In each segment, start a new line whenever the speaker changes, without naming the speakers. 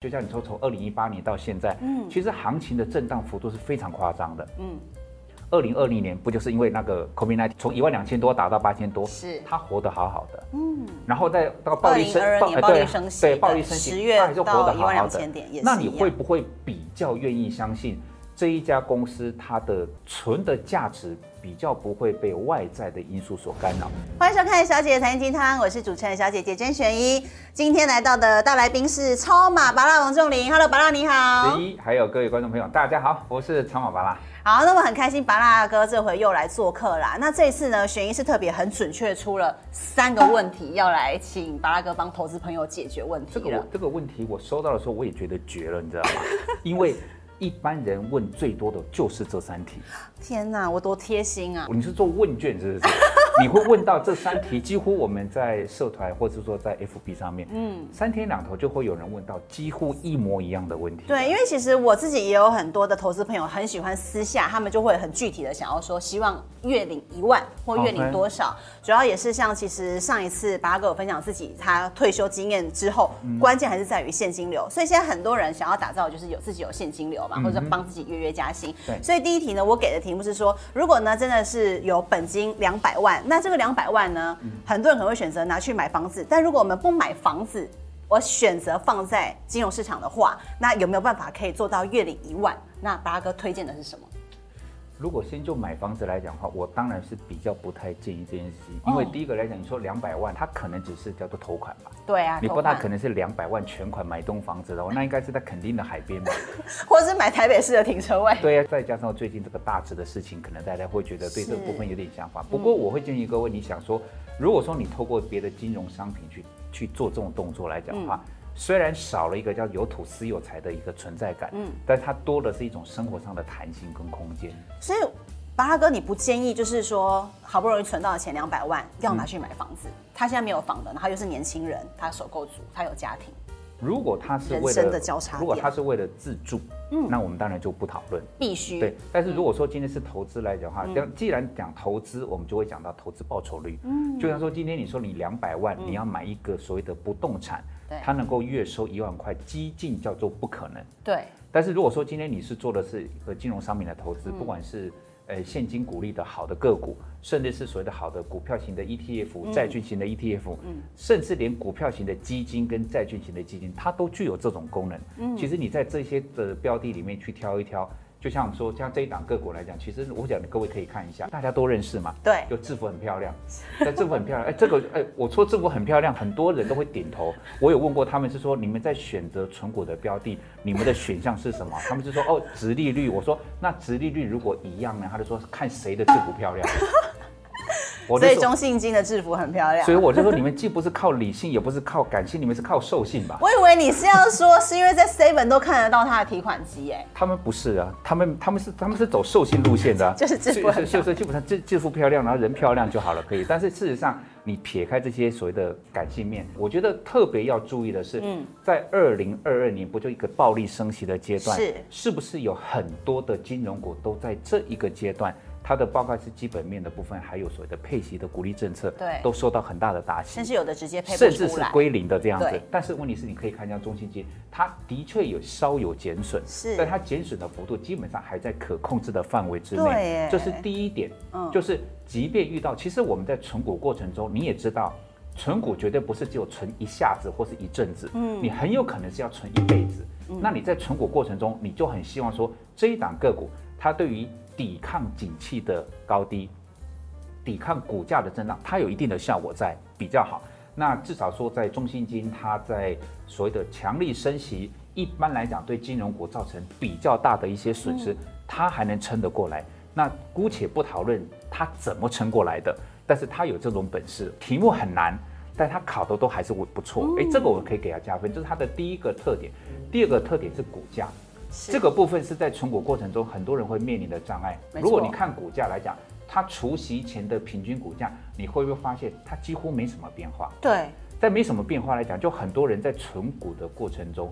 就像你说，从二零一八年到现在，
嗯
嗯，其实行情的震荡幅度是非常夸张的。
嗯，
二零二零年不就是因为那个 COVID-19 从一万两千多打到八千多，
是
他活得好好的，
嗯，
然后再到暴力升
2022年
呃
暴力
对
升息
对
的
暴力升息，
10月
他还是活得好好
到
的
12000点也是
那你
一样
会不会比较愿意相信这一家公司它的存的价值比较不会被外在的因素所干扰？
欢迎收看《小姐的财经鸡汤》，我是主持人小姐姐甄选一。今天来到的大来宾是超马拔拉王仲林，Hello，拔拉你好
十。一，还有各位观众朋友，大家好，我是长马巴拉。
好，那么很开心，拔拉哥这回又来做客啦。那这一次呢，玄一是特别很准确出了三个问题，要来请拔拉哥帮投资朋友解决问
这
题
个
了
我。这个问题我收到的时候，我也觉得绝了，你知道吗？ 因为一般人问最多的就是这三题。
天哪，我多贴心啊！
你是做问卷是不 是？你会问到这三题，几乎我们在社团或者说在 FB 上面，嗯，三天两头就会有人问到几乎一模一样的问题。
对，因为其实我自己也有很多的投资朋友很喜欢私下，他们就会很具体的想要说，希望月领一万或月领
OK
多少。主要也是像其实上一次八哥有分享自己他退休经验之后，
嗯
关键还是在于现金流。所以现在很多人想要打造就是有自己有现金流嘛，或者帮自己月月加薪。
嗯对
所以第一题呢，我给的题目是说，如果呢真的是有本金两百万，那这个两百万呢，
嗯
很多人可能会选择拿去买房子，但如果我们不买房子，我选择放在金融市场的话，那有没有办法可以做到月领一万？那巴拉哥推荐的是什么？
如果先就买房子来讲的话，我当然是比较不太建议这件事情，因为
哦
第一个来讲，你说两百万，它可能只是叫做头款吧。
对啊，
你不
投
大
款
可能是两百万全款买栋房子的话，那应该是在垦丁的海边吧？
或是买台北市的停车位。
对呀、再加上最近这个大致的事情，可能大家会觉得对这个部分有点
嗯
想法。不过我会建议各位，你想说，如果说你透过别的金融商品去去做这种动作来讲的
嗯
话，虽然少了一个叫有土私有财的一个存在感，嗯，但它多的是一种生活上的弹性跟空间。
所以巴拉哥，你不建议就是说，好不容易存到的钱两百万要
嗯
拿去买房子，他现在没有房的，然后又是年轻人，他首购族，他有家庭，
如果它是
人
为
生
了
的交叉点
如果它是为了自住，嗯，那我们当然就不讨论。
必须
对，但是如果说今天是投资来讲的话，像既然讲投资，我们就会讲到投资报酬率。嗯，就像说今天你说你两百万，你要买一个所谓的不动产
对，
它能够月收一万块，激进叫做不可能。
对
但是如果说今天你是做的是一个金融商品的投资，不管是呃现金股利的好的个股，甚至是所谓的好的股票型的 ETF、债券型的 ETF，甚至连股票型的基金跟债券型的基金，它都具有这种功能。其实你在这些的标的里面去挑一挑。就像我们说，像这一档个股来讲，其实我想各位可以看一下，大家都认识嘛。
对
有制服很漂亮，但制服很漂亮。哎，这个哎，我说制服很漂亮，很多人都会点头。我有问过他们，是说你们在选择存股的标的，你们的选项是什么？他们就说哦，殖利率。我说那殖利率如果一样呢？他就说看谁的制服漂亮。我就
所以
说
中信金的制服很漂亮
所以。我就 说你们既不是靠理性，也不是靠感性，你们是靠兽性吧？
我以为你是要说，是因为在 Seven 都看得到他的提款机，哎，
他们不是啊，他们他们是他们是走兽性路线的、啊，
就是制服很
是就是基本上制制服漂亮，然后人漂亮就好了，可以。但是事实上，你撇开这些所谓的感性面，我觉得特别要注意的是，
嗯
在二零二二年不就一个暴力升息的阶段，
是
是不是有很多的金融股都在这一个阶段？它的报告是基本面的部分，还有所谓的配息的鼓励政策，
对
都受到很大的打击
甚。至有的直接配
甚
不
至
出
是
来。
归零的这样子
对。
但是问题是，你可以看一下中信金，它的确有稍有减损，
是
但它减损的幅度基本上还在可控制的范围之
对
内
耶。嗯
这是第一点，就是即便遇到，其实我们在存股过程中，你也知道。存股绝对不是只有存一下子或是一阵子，嗯，你很有可能是要存一辈子。
嗯
那你在存股过程中，你就很希望说这一档个股它对于抵抗景气的高低，抵抗股价的震荡，它有一定的效果在比较好。那至少说，在中信金，它在所谓的强力升息，一般来讲对金融股造成比较大的一些损失，它还能撑得过来。那姑且不讨论它怎么撑过来的，但是它有这种本事。题目很难，但它考的都还是不错。诶，这个我可以给它加分，这是它的第一个特点。第二个特点是股价，这个部分是在存股过程中很多人会面临的障碍
没。错
如果你看股价来讲，它除息前的平均股价，你会不会发现它几乎没什么变化？
对，
在没什么变化来讲，就很多人在存股的过程中，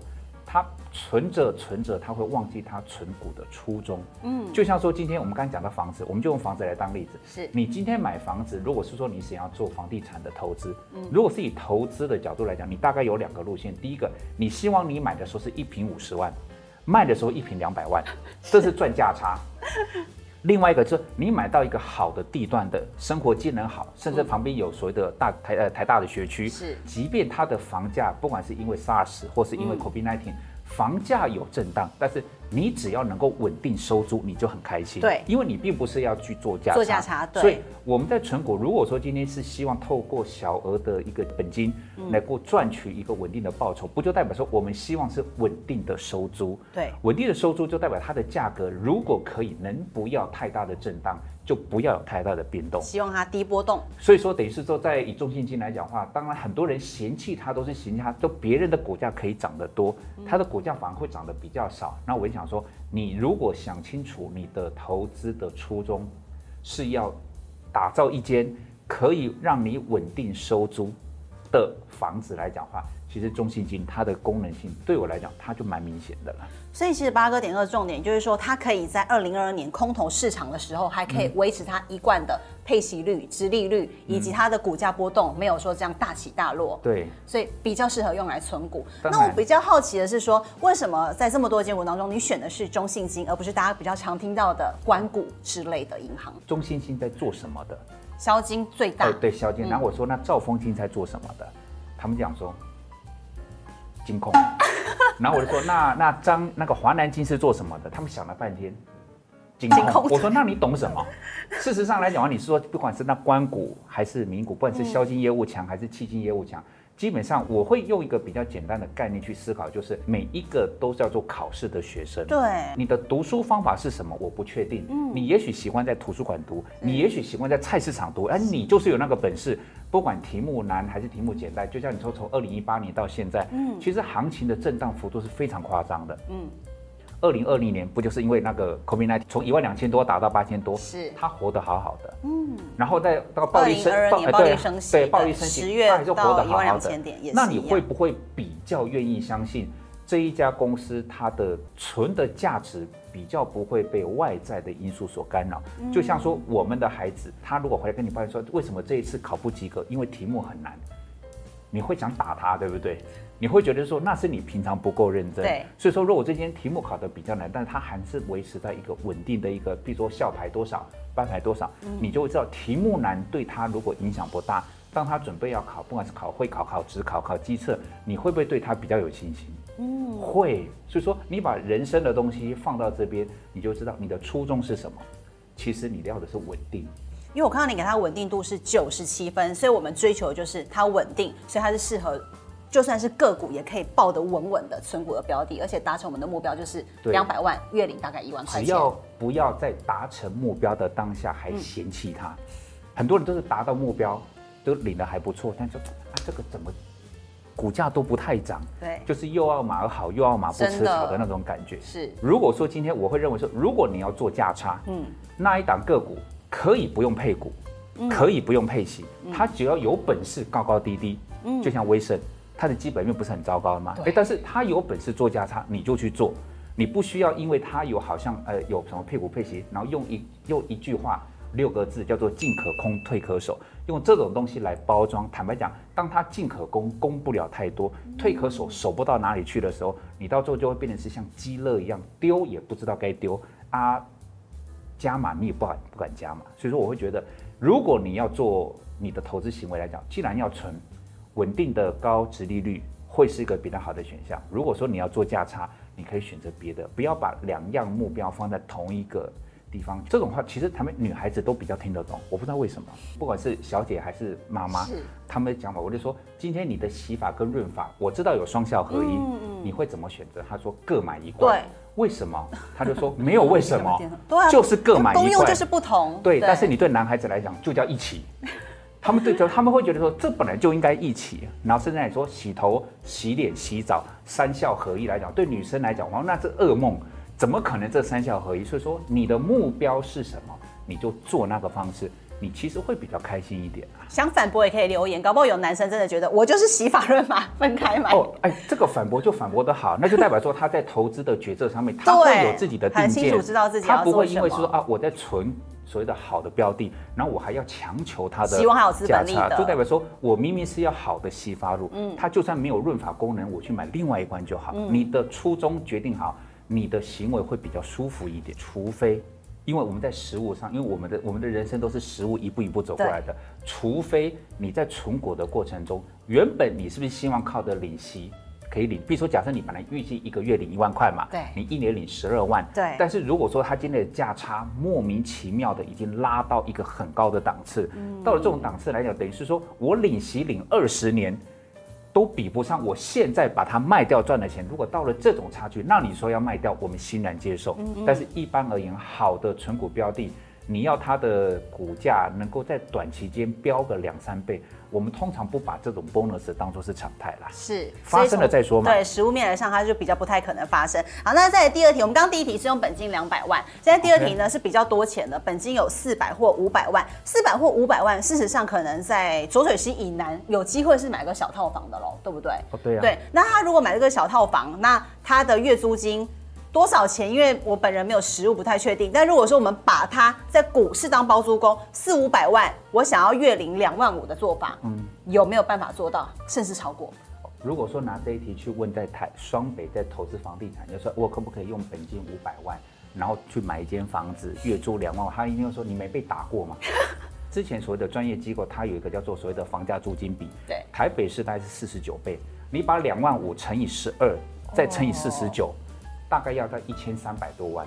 他存着存着，他会忘记他存股的初衷。嗯，就像说今天我们刚才讲的房子，我们就用房子来当例子。
是
你今天买房子，如果是说你想要做房地产的投资，
嗯
如果是以投资的角度来讲，你大概有两个路线。第一个，你希望你买的时候是一平五十万，卖的时候一平两百 万，这是赚价差。另外一个就是你买到一个好的地段的生活机能好，甚至旁边有所谓的大台呃台大的学区，
是嗯
即便它的房价不管是因为 SARS 或是因为 COVID-19，、房价有震荡，但是你只要能够稳定收租，你就很开心。
对
因为你并不是要去做价
做价差对
所以我们在存股，如果说今天是希望透过小额的一个本金
嗯
来够赚取一个稳定的报酬，不就代表说我们希望是稳定的收租？
对
稳定的收租就代表它的价格如果可以能不要太大的震荡，就不要有太大的变动。
希望它低波动。
所以说，等于是说，在以中信金来讲的话，当然很多人嫌弃它都是嫌弃它，就别人的股价可以涨得多，它的股价反而会涨得比较少。那我就想说，你如果想清楚你的投资的初衷，是要打造一间可以让你稳定收租的房子来讲的话，其实中信金它的功能性对我来讲，它就蛮明显的了。
所以其实八哥点二的重点就是说，它可以在二零二二年空头市场的时候，还可以维持它一贯的配息率、殖利率以及它的股价波动，没有说这样大起大落。
对。
所以比较适合用来存股。
当
那我
然
比较好奇的是说，为什么在这么多间股当中，你选的是中信金，而不是大家比较常听到的关谷之类的银行？
中信金在做什么的？
销金最大，嗯
哎，对，小金。然后我说，那兆丰金在做什么的？他们讲说，金 控。然后我就说，那那张那个华南金是做什么的？他们想了半天，金控。
金控
我说，那你懂什么？事实上来讲的话，你是说不管是那关谷还是民谷，不
嗯
管是销金业务强还是弃金业务强。基本上我会用一个比较简单的概念去思考，就是每一个都叫做考试的学生，
对
你的读书方法是什么？我不确定。你也许喜欢在图书馆读，你也许喜欢在菜市场读，哎，你就是有那个本事。不管题目难还是题目简单，就像你说从二零一八年到现在，其实行情的震荡幅度是非常夸张的，嗯。二零二零年不就是因为那个 COVID-19 从一万两千多打到八千多，
是
他活得好好的，嗯，然后再到暴力升
2022
暴
年
哎
暴力
对
升息
对
的
暴力升息，
10月
他还是活
到
得好好的
12,000点也是
那你
一样
会不会比较愿意相信这一家公司它的存的价值比较不会被外在的因素所干扰？
嗯
就像说我们的孩子，他如果回来跟你抱怨说为什么这一次考不及格，因为题目很难，你会想打他，对不对？你会觉得说那是你平常不够认真，
对
所以说如果这间题目考得比较难，但是它还是维持在一个稳定的一个，比如说校排多少，班排多少，你就会知道题目难对他如果影响不大，当他准备要考，不管是考会考、考职考、考机测，你会不会对他比较有信心？嗯，会。所以说你把人生的东西放到这边，你就知道你的初衷是什么。其实你要的是稳定，
因为我看到你给它稳定度是九十七分，所以我们追求的就是它稳定，所以它是适合。就算是个股也可以抱得稳稳的存股的标的，而且达成我们的目标就是
对
两百万月领大概一万块
只
钱。
要不要在达成目标的当下还嫌弃它，很多人都是达到目标，都领的还不错，但是啊这个怎么股价都不太涨，
对
就是又要马儿好又要马不
真
吃
哎的
草的那种感觉。
是
如果说今天我会认为说，如果你要做价差，嗯，那一档个股可以不用配股，可以不用配息，它只要有本事高高低低，嗯，就像威盛，它的基本面不是很糟糕吗？
对
诶但是它有本事做价差，你就去做，你不需要因为它有好像呃有什么配股配息，然后用一用一句话。六个字叫做进可攻，退可守，用这种东西来包装。坦白讲，当它进可攻，攻不了太多；退可守，守不到哪里去的时候，你到最后就会变成是像鸡肋一样，丢也不知道该丢啊，加码你也不敢不敢加码，所以说我会觉得，如果你要做你的投资行为来讲，既然要存，稳定的高值利率会是一个比较好的选项。如果说你要做价差，你可以选择别的，不要把两样目标放在同一个地方。这种话其实他们女孩子都比较听得懂，我不知道为什么，不管是小姐还是妈妈
是，
他们的讲法，我就说今天你的洗发跟润发，我知道有双效合一，你会怎么选择？她说各买一罐。
对，
为什么？她就说没有 为什么
对啊，
就是各买一罐，
功用就是不同。
对，但是你对男孩子来讲就叫一起， 他们对他们会觉得说这本来就应该一起，然后甚至来说洗头、洗脸、洗澡三效合一来讲，对女生来讲，哇，那是噩梦，怎么可能这三效合一？所以说你的目标是什么，你就做那个方式。你其实会比较开心一 点啊。
想反驳也可以留言，搞不好有男生真的觉得我就是洗法润嘛，分开买。
哦，哎，这个反驳就反驳的好，那就代表说他在投资的决策上面，他会有自己的定
很
见，
清楚知道自己
他
要
不
做
会
什
因为是说
么。
啊，我在存所谓的好的标的，然后我还要强求它的
希望它有资本
价
利
差，
的
就代表说我明明是要好的洗发乳，它就算没有润发功能，我去买另外一罐就好。你的初衷决定好，你的行为会比较舒服一点，除非。因为我们在食物上，因为我们的我们的人生都是食物一步一步走过来的，除非你在存股的过程中，原本你是不是希望靠着领息可以领？比如说，假设你本来预计一个月领一万块嘛，
对
你一年领十二万，
对
但是如果说它今天的价差莫名其妙的已经拉到一个很高的档次，到了这种档次来讲，等于是说我领息领二十年。都比不上我现在把它卖掉赚的钱。如果到了这种差距，那你说要卖掉，我们欣然接受。但是，一般而言，好的存股标的，你要它的股价能够在短期间飙个两三倍，我们通常不把这种 bonus 当做是常态啦。
是
发生了再说嘛
对，实物面来上，它就比较不太可能发生。好，那再来第二题，我们刚刚第一题是用本金两百万，现在第二题呢是比较多钱的，本金有四百或五百万，四百或五百万，事实上可能在浊水溪以南有机会是买个小套房的喽，对不对？
哦，对啊，
对，那他如果买这个小套房，那他的月租金多少钱？因为我本人没有实物，不太确定。但如果说我们把它在股市当包租公，四五百万，我想要月领两万五的做法，
嗯
有没有办法做到，甚至超过？
如果说拿这一题去问在台双北在投资房地产，就说我可不可以用本金五百万，然后去买一间房子，月租两万，他一定会说你没被打过吗？ 之前所谓的专业机构，它有一个叫做所谓的房价租金比，
对
台北市大概是四十九倍，你把两万五乘以十二，再乘以四十九，大概要到一千三百多万。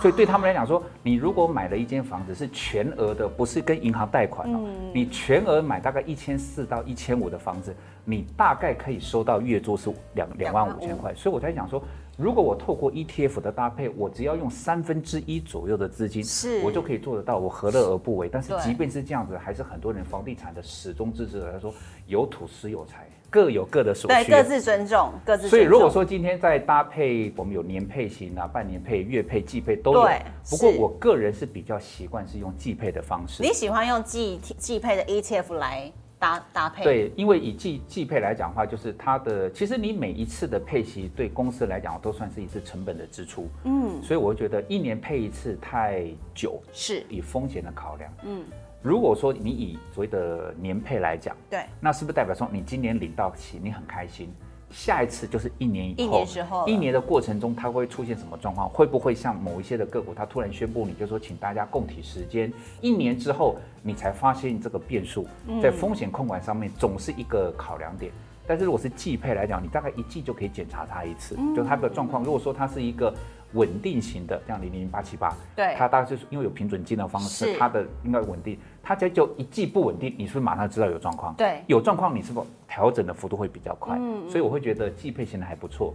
所以对他们来讲说，你如果买了一间房子是全额的，不是跟银行贷款哦，你全额买大概一千四到一千五的房子，你大概可以收到月租是两两万五千块。所以我在想说，如果我透过 ETF 的搭配，我只要用三分之一左右的资金，
是
我就可以做得到，我何乐而不为？但是
对
即便是这样子，还是很多人房地产的始终支持者他说，有土司有财，各有各的所
对，
需。啊
各自尊重，各自尊重。
所以如果说今天再搭配，我们有年配型啊、半年配、月配、季配都有
对。
不过
是
我个人是比较习惯是用季配的方式。
你喜欢用季季配的 ETF 来搭搭配，，
对，因为以季季配来讲的话，就是它的其实你每一次的配息对公司来讲都算是一次成本的支出。嗯，所以我觉得一年配一次太久，
是
以风险的考量。嗯，如果说你以所谓的年配来讲，
对，
那是不是代表说你今年领到期，你很开心？下一次就是一年以后，
一年之后了
一年的过程中，它会出现什么状况？会不会像某一些的个股，它突然宣布，你就说请大家共体时间，一年之后你才发现这个变数，
嗯
在风险控管上面总是一个考量点。但是如果是季配来讲，你大概一季就可以检查它一次，
嗯
就它的状况。如果说它是一个稳定型的，像零零八七八，
对
它大概就是因为有平准金的方式，
是
它的应该稳定。它只要就一季不稳定，你是不是马上知道有状况？
对嗯
有状况你是否调整的幅度会比较快？所以我会觉得季配型的还不错。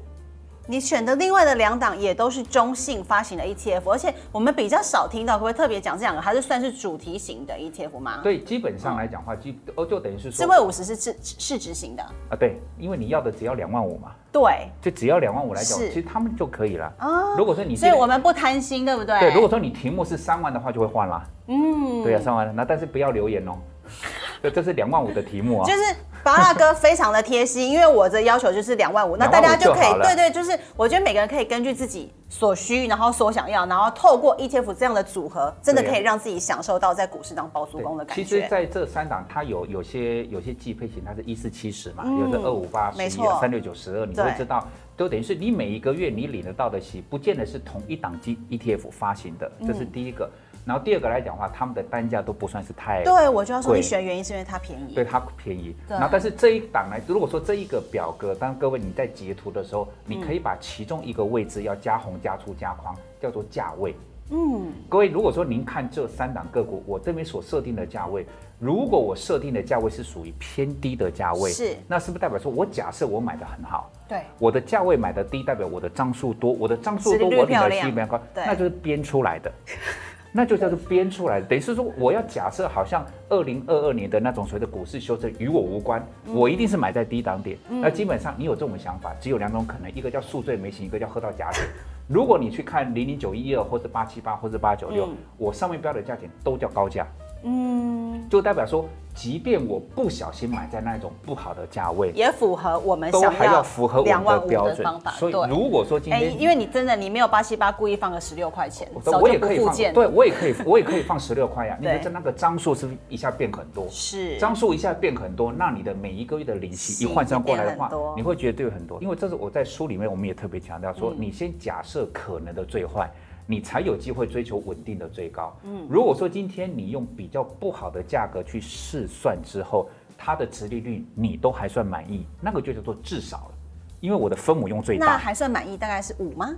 你选的另外的两档也都是中性发行的 ETF，而且我们比较少听到，可不可以特别讲这两个？它是算是主题型的 ETF 吗？，
所以基本上来讲的话，基哦就等于是
智
说
慧五十嗯是市市值型的，
啊对，因为你要的只要两万五嘛，
对，
就只要两万五来讲，
是
其实他们就可以了。如果说你
哦所
今
以
天
我们不贪心，对不对？
对，如果说你题目是三万的话，就会换啦。嗯，对啊，三万，那但是不要留言哦。 对，这是两万五的题目啊。
就是巴拉哥非常的贴心，因为我的要求就是两万五，那大家就
25,000
可
就好
以
了
对对，就是我觉得每个人可以根据自己所需，然后所想要，然后透过 ETF 这样的组合，真的
对啊
可以让自己享受到在股市当包租公的感
其实
觉，。
在这三档，它有有些有些季配型，它是一四七十嘛，
嗯
有的二五八十
没
一、
错
三六九十二，你
对
会知道，都等于是你每一个月你领得到的息，不见得是同一档基 ETF 发行的，这
嗯
是第一个。然后第二个来讲的话，他们的单价都不算是太
对，我就要说
贵
你选原因是因为它便宜。
对它便宜。
对
那但是这一档呢，如果说这一个表格，当各位你在截图的时候，你
嗯
可以把其中一个位置要加红、加粗、加框，叫做价位。嗯，各位，如果说您看这三档个股，我这边所设定的价位，如果我设定的价位是属于偏低的价位，
是
那是不是代表说我假设我买的很好？
对
我的价位买的低，代表我的张数多，我的张数多，
殖利率
我领
漂
的
亮
息比较高，
对
那就是编出来的， 那就叫做编出来的。等于是说，我要假设好像二零二二年的那种所谓的股市修正与我无关，
嗯
我一定是买在低档点。那基本上你有这种想法，只有两种可能，一个叫宿醉没醒，一个叫喝到假酒。 如
嗯
果你去看零零九一二或者八七八或者八九六，我上面标的价钱都叫高价，嗯，就代表说，即便我不小心买在那种不好的价位，
也符合我们
都
想
还要符合我
两
们的
万五
标
的
准
方法。。
所以
对，
如果说今
哎、
天
因为你真的你没有八七八，故意放个十六块钱，
我
早
我
就
也
不
可以
复
放
健，，
对我也可以，我也可以放十六块呀。你
对
的那个张数是不是一下变很多？
是
张数一下变很多，那你的每一个月的利息一换算过来的
息也变很多
话，你会觉得对很多。因为这是我在书里面我们也特别强调
嗯
说，你先假设可能的最坏，你才有机会追求稳定的最高。嗯，如果说今天你用比较不好的价格去试算之后，它的殖利率你都还算满意，那个就叫做至少了。因为我的分母用最
那
大，
还算满意，大概是五吗？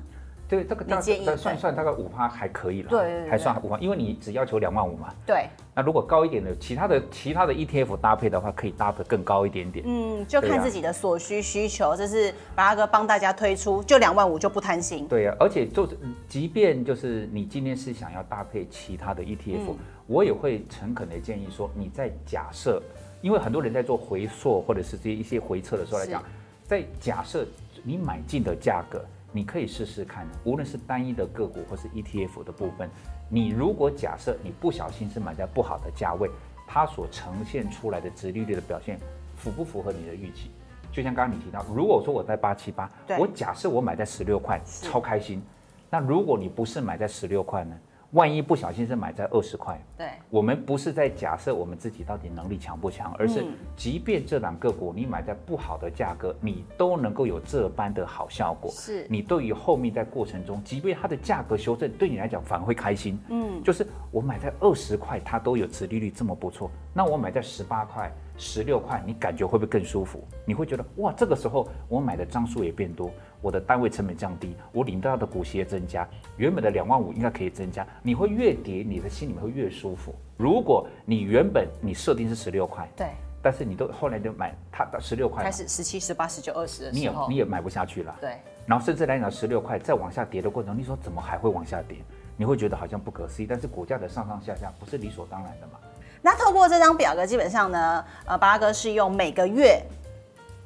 对这个大
你建议
概算算大概五趴还可以了，
对对对
还算五趴，因为你只要求两万五嘛，
对，
那如果高一点的，其他的其他的 ETF 搭配的话，可以搭得更高一点点。
嗯，就
对
看
啊
自己的所需需求，这是巴拉哥帮大家推出，就两万五就不贪心。
对呀、而且就是，即便就是你今天是想要搭配其他的 ETF，、我
嗯
也会诚恳的建议说，你在假设，因为很多人在做回溯或者是这一些回撤的时候来讲
是，
在假设你买进的价格，你可以试试看，无论是单一的个股或是 ETF 的部分，你如果假设你不小心是买在不好的价位，它所呈现出来的殖利率的表现符不符合你的预期？就像刚刚你提到，如果说我在八七八
对，
我假设我买在十六块，超开心。那如果你不是买在十六块呢？万一不小心是买在二十块，
对，
我们不是在假设我们自己到底能力强不强，而是即便这档个股你买在不好的价格，你都能够有这般的好效果。
是
你对于后面在过程中，即便它的价格修正，对你来讲反而会开心。嗯，就是我买在二十块，它都有殖利率这么不错，那我买在十八块、十六块，你感觉会不会更舒服？你会觉得哇，这个时候我买的张数也变多，我的单位成本降低，我领到的股息也增加，原本的两万五应该可以增加。你会越跌，你的心里面会越舒服。如果你原本你设定是十六块，
对，
但是你都后来就买它十六块
开
嘛，
始十七、十八、十九、二十的
你
时
也
候
你，也买不下去了。
对，
然后甚至来讲十六块，再往下跌的过程中，你说怎么还会往下跌？你会觉得好像不可思议，但是股价的上上下下不是理所当然的嘛？
那透过这张表格，基本上呢，呃，巴拉哥是用每个月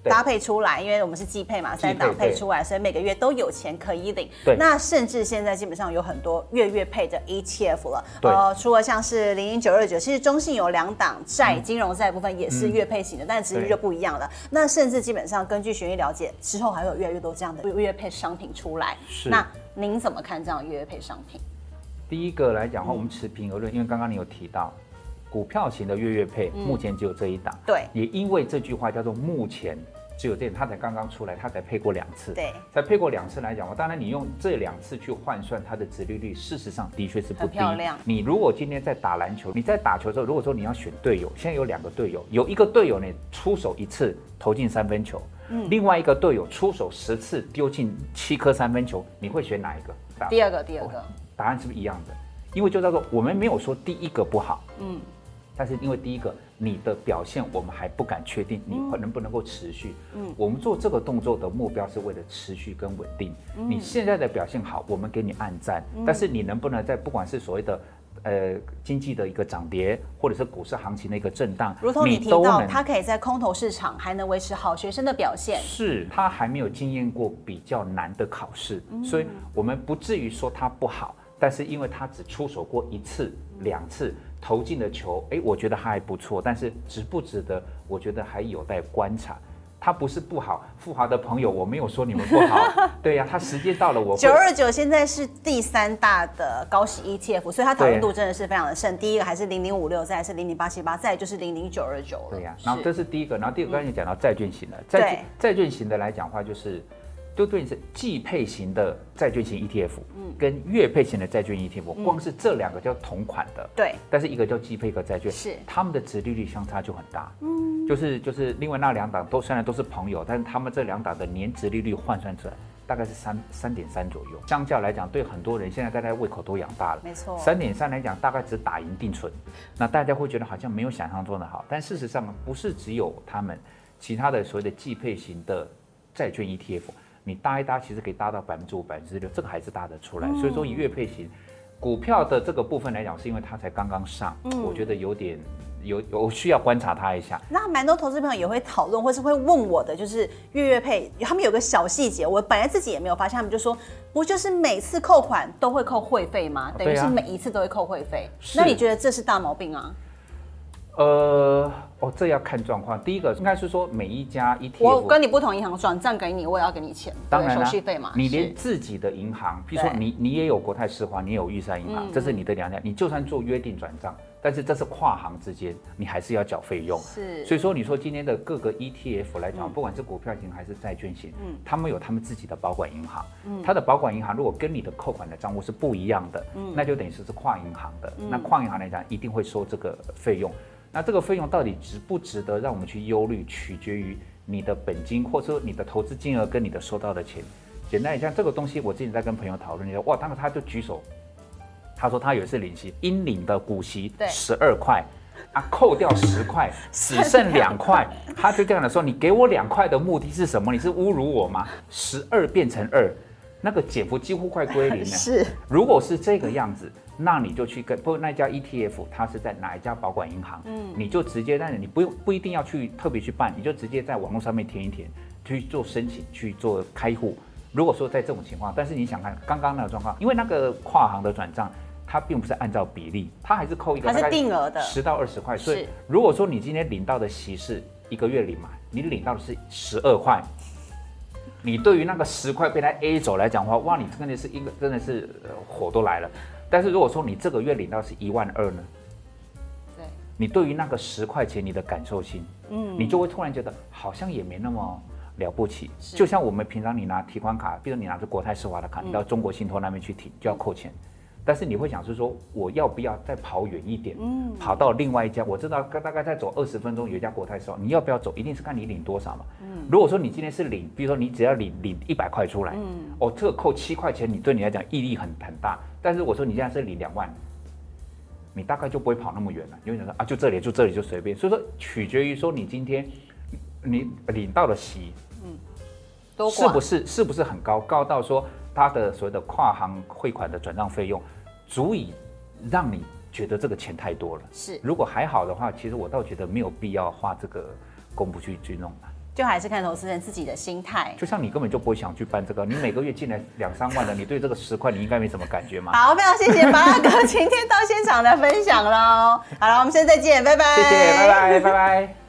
对
搭配出来，因为我们是季配嘛，
季配
三档配
对
出来，所以每个月都有钱可以领。
对
那甚至现在基本上有很多月月配的 ETF 了。呃
对，
除了像是零零九二九，其实中信有两档债、金融债部分也是月配型的，但值率
对
就不一样了。那甚至基本上根据学员了解，之后还会有越来越多这样的月月配商品出来。
是
那您怎么看这样的月月配商品？
第一个来讲的话，我们持平而论，因为刚刚你有提到，股票型的月月配目前只有这一档，
对
也因为这句话叫做目前只有这一档，它才刚刚出来，它才配过两次，
对，
才配过两次来讲，当然你用这两次去换算它的殖利率，事实上的确是不
很
低
漂亮。
你如果今天在打篮球，你在打球的时候，如果说你要选队友，现在有两个队友，有一个队友呢出手一次投进三分球，
嗯
另外一个队友出手十次丢进七颗三分球，你会选哪一个？答
第二个，第二个，
答案是不是一样的？因为就叫做我们没有说第一个不好，
嗯，
但是因为第一个你的表现我们还不敢确定你会能不能够持续，嗯，我们做这个动作的目标是为了持续跟稳定。
嗯
你现在的表现好，我们给你按赞，但是你能不能在不管是所谓的。呃，经济的一个涨跌，或者是股市行情的一个震荡，
如同你提
都
到，
能
它可以在空头市场还能维持好学生的表现。
是他还没有经验过比较难的考试，所以我们不至于说他不好，但是因为他只出手过一次、两次，投进的球，诶，我觉得他还不错，但是值不值得，我觉得还有待观察。他不是不好，富华的朋友，我没有说你们不好，对呀、他时间到了，我会
九二九现在是第三大的高息 ETF，所以它讨论度真的是非常的盛。第一个还是零零五六，再来是零零八七八，再来就是零零九二九了。
对呀、然后
嗯是
这是第一个，然后第二个刚才也讲到债券型的，债券债券型的来讲话就是，就对应是季配型的债券型 ETF，跟
嗯
月配型的债券 ETF，、光是这两个叫同款的，
对
但是一个叫季配，一个债券，
是
他们的值利率相差就很大，嗯，就是就是另外那两档都虽然都是朋友，但是他们这两档的年值利率换算出来。大概是三三点三左右，相较来讲，对很多人现在大家胃口都养大了，
没错
三点三来讲，大概只打赢定存，那大家会觉得好像没有想象中的好，但事实上不是只有他们，其他的所谓的季配型的债券 ETF，你搭一搭，其实可以搭到百分之五、百分之六，这个还是搭得出
嗯
来。所以说以月配型股票的这个部分来讲，是因为它才刚刚上，
嗯
我觉得有点有有需要观察它一下。
那蛮多投资朋友也会讨论，或是会问我的，就是月月配，他们有个小细节，我本来自己也没有发现，他们就说，不就是每次扣款都会扣会费吗？等于
对啊
是每一次都会扣会费。
是
那你觉得这是大毛病啊？
呃，哦，这要看状况。第一个应该是说每一家 ETF，
我跟你不同银行转账给你，我也要给你钱，
当然
对
啦
手续费嘛。
你
是
连自己的银行，譬如说
对嗯
你你也有国泰世华，你也有玉山银行，这是你的两家，你就算做约定转账，但是这是跨行之间，你还是要缴费用。
是
所以说，你说今天的各个 ETF 来讲，不管是股票型还是债券型，他们有他们自己的保管银行，他的保管银行如果跟你的扣款的账户是不一样的，那就等于是是跨银行的，那跨银行来讲一定会收这个费用，那这个费用到底值不值得让我们去忧虑，取决于你的本金或者说你的投资金额跟你的收到的钱。简单一下，这个东西我之前在跟朋友讨论，你说哇，当时他就举手，他说他有一次领息，应领的股息
对
十二块。啊，扣掉十块，只剩两块，他就这样的说：“你给我两块的目的是什么？你是侮辱我吗？”十二变成二，那个减幅几乎快归零了。
是
如果是这个样子，那你就去跟不那家 ETF，它是在哪一家保管银行，嗯，你就直接在那，你不用不一定要去特别去办，你就直接在网络上面填一填，去做申请，去做开户。如果说在这种情况，但是你想看刚刚那个状况，因为那个跨行的转账，它并不是按照比例，它还是扣一个，
它是定额的
十到二十块。所
是
以如果说你今天领到的息是一个月领嘛，你领到的是十二块，你对于那个十块被他 A 走来讲的话，哇，你真的是一个真的是、呃、火都来了。但是如果说你这个月领到是一万二呢，
对，
你对于那个十块钱你的感受性，嗯，你就会突然觉得好像也没那么了不起。就像我们平常你拿提款卡，比如你拿着国泰世华的卡，
嗯
你到中国信托那边去提就要扣钱。但是你会想是说，我要不要再跑远一点？嗯，跑到另外一家，我知道大概再走二十分钟有一家国泰世哦华，你要不要走？一定是看你领多少嘛。嗯，如果说你今天是领，比如说你只要领领一百块出来，嗯，哦，这个扣七块钱，你对你来讲意义很很大。但是我说你现在是领两万，你大概就不会跑那么远了，因为想说啊，就这里，就这里，就随便。所以说，取决于说你今天你你领到的息
多
是
寡
不是是不是很高，高到说它的所谓的跨行汇款的转账费用，足以让你觉得这个钱太多了。
是
如果还好的话，其实我倒觉得没有必要花这个功夫去去弄它。
就还是看投资人自己的心态。
就像你根本就不会想去办这个，你每个月进来两三万的，你对这个十块你应该没什么感觉嘛。
好，非常谢谢八大 哥今天到现场的分享喽。好了，我们下次再见，拜拜。
谢谢，拜拜，拜拜。